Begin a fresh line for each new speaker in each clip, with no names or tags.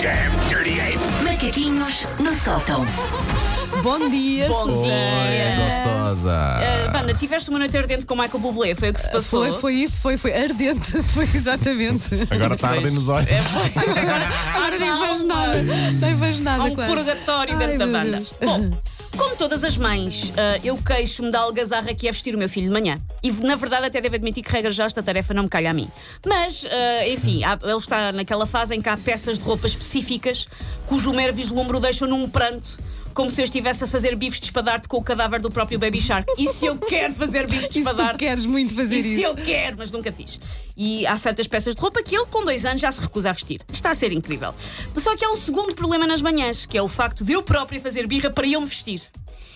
damn dirty ape!
Macaquinhos no sótão.
Bom dia,
Bom
Susana.
dia.
É, gostosa.
É,
Ah, é. Wanda, tiveste uma noite ardente com o Michael Bublé, foi o que se passou.
Foi, foi isso, foi, foi ardente. Foi exatamente.
Agora está ardendo nos olhos.
É Agora nem
não,
vejo nada. Nem vejo nada.
Há um
quase.
purgatório
Ai,
dentro da
meu
banda.
Deus.
Bom, como todas as mães, ah, eu queixo-me da algazarra que é vestir o meu filho de manhã. E, na verdade, até devo admitir que, regra já, esta tarefa não me calha a mim. Mas, ah, enfim, há- ele está naquela fase em que há peças de roupa específicas cujo mero vislumbro deixam num pranto. Como se eu estivesse a fazer bifes de espadarte com o cadáver do próprio Baby Shark. E se eu quero fazer
E se
bifes de
tu
espadarte?
queres muito fazer
E
isso.
se eu quero, mas nunca fiz. E há certas peças de roupa que ele, com dois anos, já se recusa a vestir. Está a ser incrível. Só que há um segundo problema nas manhãs, que é o facto de eu própria fazer birra para eu me vestir.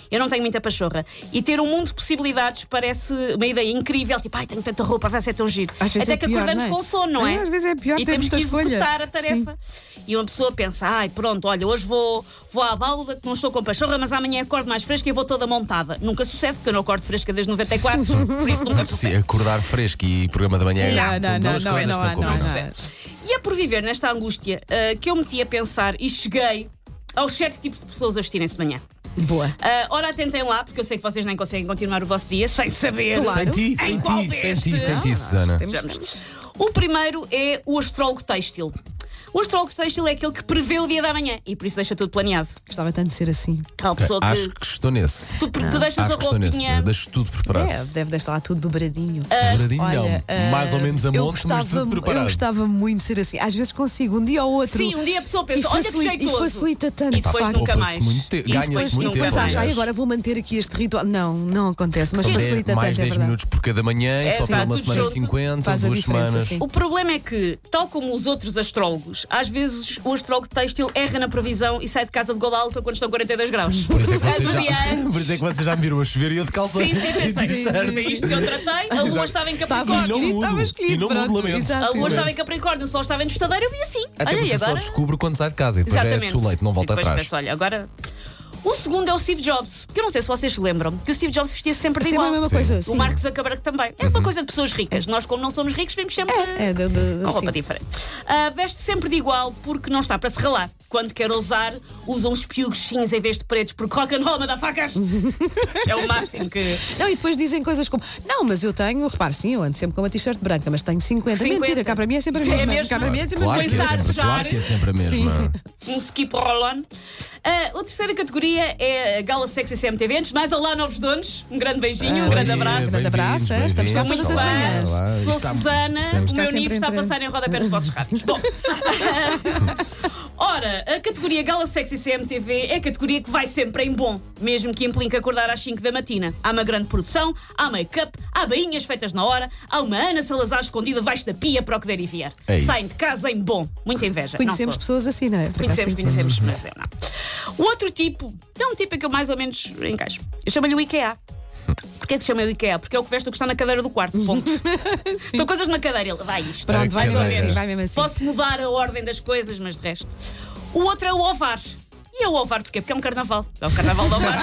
Eu não tenho muita pachorra. E ter um mundo de possibilidades parece uma ideia incrível. Tipo, ai, tenho tanta roupa, vai ser tão giro.
Às vezes
Até
é
que
pior,
acordamos
não é?
com sono, não é?
É, às vezes é pior,
E
tem
temos que
muita escolha.
executar a tarefa. E uma pessoa pensa, ai, pronto, olha, hoje vou, vou à balda, que não estou com pachorra, mas amanhã acordo mais fresca e vou toda montada. Nunca sucede, porque eu não acordo fresca desde 94, por isso nunca sucede.
Se acordar fresco e programa da manhã é
Não, não,
são
não,
duas
não,
coisas
não
que
há, não há,
combinam.
não há.
E é por viver nesta angústia ah, que eu me meti a pensar e cheguei aos sete tipos de pessoas a vestirem-se de manhã.
Boa.
Ah, ora, atentem lá, porque eu sei que vocês nem conseguem continuar o vosso dia sem saber.
Claro.
Senti,
Em qual
senti,
destes?
senti, senti, Susana.
Ah, Temos-
Vejamos. O primeiro é o astrólogo têxtil. O astrólogo têxtil é aquele que prevê o dia da manhã e por isso deixa tudo planeado.
Gostava tanto de ser assim.
Aquela pessoa que,
Acho que estou nesse.
tu, tu deixas a
Acho que estou nesse.
roupinha.
Deixo tudo preparado.
É, deve deixar lá tudo dobradinho.
Dobradinho
Olha,
não.
ah,
Mais ou menos a
eu
monte, mas tudo
gostava- Eu
preparado.
gostava muito de ser assim. Às vezes consigo, um dia ou outro.
Sim, um dia a pessoa pensa,
E
olha que
facilita-
jeitoso.
E facilita tanto,
E
de
depois
facto.
nunca
Poupa-se
mais.
muito te-
E
ganha-se
depois
muito
nunca
tempo,
Mas
mais.
acho,
aliás.
ai, agora vou manter aqui este ritual. Não, não acontece, mas
São dez-
facilita tanto, é
mais 10
verdade.
minutos por cada manhã,
É,
só
tá,
fica uma
tudo
semana
junto.
50,
Faz a
duas
diferença,
semanas.
sim.
O problema é que, tal como os outros astrólogos, às vezes o astrólogo têxtil erra na previsão e sai de casa de gola alta quando estão 42 graus.
Por isso, é que vocês
Antes de
já,
antes.
por isso é que vocês já me viram a chover e eu de calça.
Sim, sim, pensei. Foi isto que eu tratei. A lua
Exato.
estava em
Estava
E não
Capricórnio.
escolhido,
mudo.
estava escolhido.
E não mudo,
pronto,
lamento.
exato,
A lua
exato.
estava em Capricórnio, o sol estava no estadeiro, eu vi assim.
Até
olha,
porque
e
só
agora?
descubro quando sai de casa e depois já é
Exatamente.
too late, não volta
e depois
atrás.
Penso, olha, agora. O segundo é o Steve Jobs, que eu não sei se vocês se lembram, que o Steve Jobs vestia sempre de
Sempre
igual.
a mesma coisa,
O
sim.
Marcos Zuckerberg também. É
Uhum.
uma coisa de pessoas ricas. Nós, como não somos ricos, vimos sempre
É, de, de,
com
sim.
roupa diferente. Ah, veste sempre de igual porque não está para se ralar. Quando quer ousar, usa uns piugos cinza em vez de pretos porque rock and roll dá facas. é o máximo que.
Não, e depois dizem coisas como: Não, mas eu tenho, repare, sim, eu ando sempre com uma t-shirt branca, mas tenho 50.
50.
Mentira, cá para mim é sempre a
É
mesma.
mesmo.
Cá para mim é sempre
Claro
a
que é
mesma.
coisa a
sempre, claro
achar.
que é sempre a mesma.
Um skip roll-on. Ah, a terceira categoria é a Gala Sexy CMTV. Antes de mais, olá, novos donos. Um grande beijinho, um
Olá,
grande
bom dia.
abraço.
Grande abraço,
bem-vindos,
estamos cá
bem-vindos.
todas as
Olá,
manhãs.
olá,
Sou
está-
Susana,
estamos
o
cá
meu
sempre
nível está a
entre-
passar em rodapé nos vossos rádios. Bom, ora, a categoria Gala Sexy CMTV é a categoria que vai sempre em bom, mesmo que implique acordar às 5 da matina. Há uma grande produção, há make-up, há bainhas feitas na hora, há uma Ana Salazar escondida debaixo da pia para o que der e vier.
É isso.
Saem de casa em bom. Muita inveja. não
Conhecemos
sou.
pessoas assim, não é? Por acaso
Conhecemos, conhecemos, mas eu não. O outro tipo, é um tipo em que eu mais ou menos encaixo. Eu chamo-lhe o IKEA. Porquê que chama o IKEA? Porque é o que veste o que está na cadeira do quarto. Ponto. Estão coisas na cadeira, ele vai isto.
Pronto, vai
Mais ou
mesmo
Cadeiras.
assim,
menos.
vai mesmo assim.
Posso mudar a ordem das coisas, mas de resto. O outro é o ovar. E é o ovar porquê? Porque é um carnaval. É o carnaval do ovar.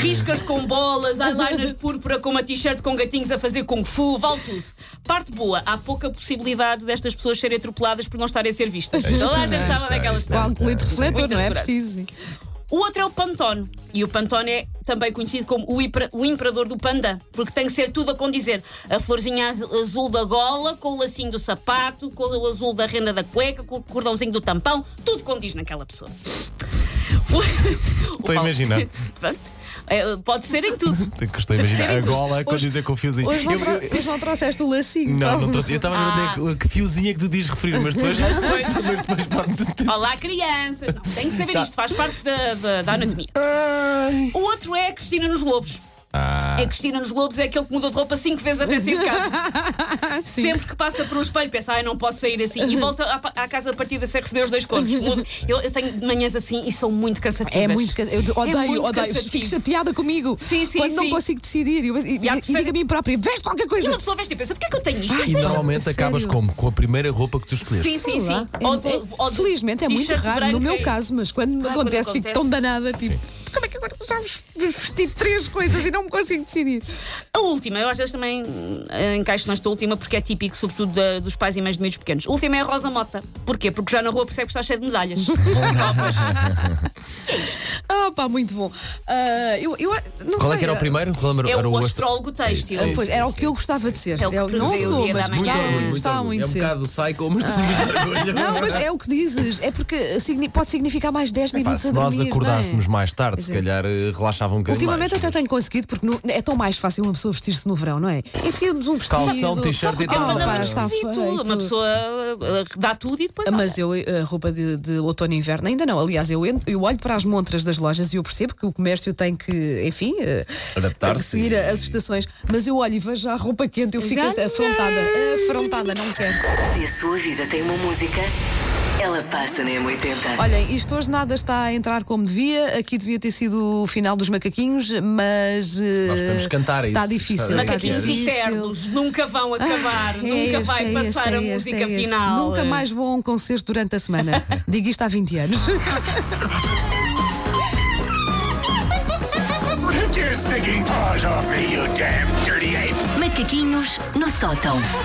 Riscas com bolas, eyeliner púrpura com uma t-shirt com gatinhos a fazer kung fu, vale tudo. Parte boa, há pouca possibilidade destas pessoas serem atropeladas por não estarem a ser vistas. Toda a gente
está,
sabe onde é que
isto
elas
está.
O
estão.
alcoolito refletor,
Muita
não é
segurança.
preciso.
O outro é o Pantone. E o Pantone é também conhecido como o, impera- o imperador do panda, porque tem que ser tudo a condizer. A florzinha az- azul da gola, com o lacinho do sapato, com o azul da renda da cueca, com o cordãozinho do tampão, tudo condiz naquela pessoa. O- o
Estou a
Paulo-
imaginar.
Pronto. É, Pode ser em tudo.
Tenho que Estou a imaginar. A gola, quando dizer com o fiozinho.
Hoje não,
Eu-
tro-
eu-
hoje não trouxeste o lacinho. então.
Não,
Paulo.
não trouxe. Eu estava a ver
Ah.
onde é que, que fiozinho é que tu dizes referir, mas depois. mas depois pode.
Olá, crianças! Não, tem que saber
Tá.
isto, faz parte da, da- da anatomia. O outro é a Cristina nos Lobos.
Ah.
A Cristina nos Lobos é aquele que muda de roupa cinco vezes até sair de casa. Sempre que passa por um espelho, pensa, ai, não posso sair assim.
Uhum.
E volta à, pa- à casa da partida sem receber os dois contos. Muda- Eu, eu tenho manhãs assim e são muito cansativas.
É muito. ca- Eu odeio,
muito
odeio.
cansativo.
Fico chateada comigo.
Sim, sim,
Quando não
sim.
consigo decidir. eu- E, e,
E há
e
terceira-
digo a mim própria: veste qualquer
E uma
coisa.
pessoa veste e pensa, porquê é que eu tenho isto?
E normalmente
Sério?
acabas como? Com a primeira roupa que tu escolheste.
sim, sim, sim.
Sei lá.
Ou-
É-
ou- ou-
Felizmente é muito
t-shirt
raro no
branco,
meu
é-
caso, mas quando me
Ah, quando
acontece, fico
acontece.
tão danada. Tipo, como é que eu agora já vos- vos vesti três coisas e não me consigo decidir.
A última, eu às vezes também eh, encaixo nesta última porque é típico, sobretudo da- dos pais e mães de miúdos pequenos. A última é a Rosa Mota. Porquê? Porque já na rua percebe que está cheio de medalhas.
Uhum.
É
Ah, pá, muito bom. Ah, eu, eu, não
Qual é
sei,
que era o
ah,
primeiro? Qual
É
era
o
astro-
astrólogo têxtil.
É
ah,
isso,
pois,
é
era
isso,
o que eu gostava de ser.
É o que
Eu não
prevê o
sou,
dia
mas
da Ah. manhã. Ah,
Muito orgulho, muito
gostava
orgulho.
muito
É um
de ser.
bocado psycho, mas tenho muito orgulho.
Não, mas é o que dizes. É porque signi- pode significar mais 10
Pá,
minutos
se
a dormir.
nós
não é?
acordássemos mais tarde,
Pois
se
é.
calhar eh, relaxava um bocadinho.
Ultimamente
mais.
até tenho conseguido, porque não- é tão mais fácil uma pessoa vestir-se no verão, não é? Enfiamos um vestido.
Calção, t-shirt e
Ah,
tal.
Não,
Opa,
não,
pá,
mas
está
esquisito.
feito.
É
Ah,
Uma pessoa eh, dá tudo e depois.
Mas eu, a roupa de, de outono e inverno, ainda não. Aliás, eu, entro- eu olho para as montras das lojas e eu percebo que o comércio tem que, enfim, eh,
Adaptar-se
seguir
e-
as estações. Mas eu olho e vejo a roupa quente, eu fico
Já
afrontada. Afrontada, não quero.
Se a sua vida tem uma música, ela passa na M80.
Olhem, isto hoje nada está a entrar como devia. Aqui devia ter sido o final dos macaquinhos, mas. eh,
Nós podemos cantar
Está
isso.
difícil.
Está
está
Macaquinhos
difícil.
eternos nunca vão acabar,
Ah, é
nunca
este, é
vai
este,
passar
é
a
este,
música
é este.
final.
Nunca mais vou a um concerto durante a semana. Digo isto há 20 anos.
Take your stinking paws off me, you damn dirty ape!
Macaquinhos no sótão.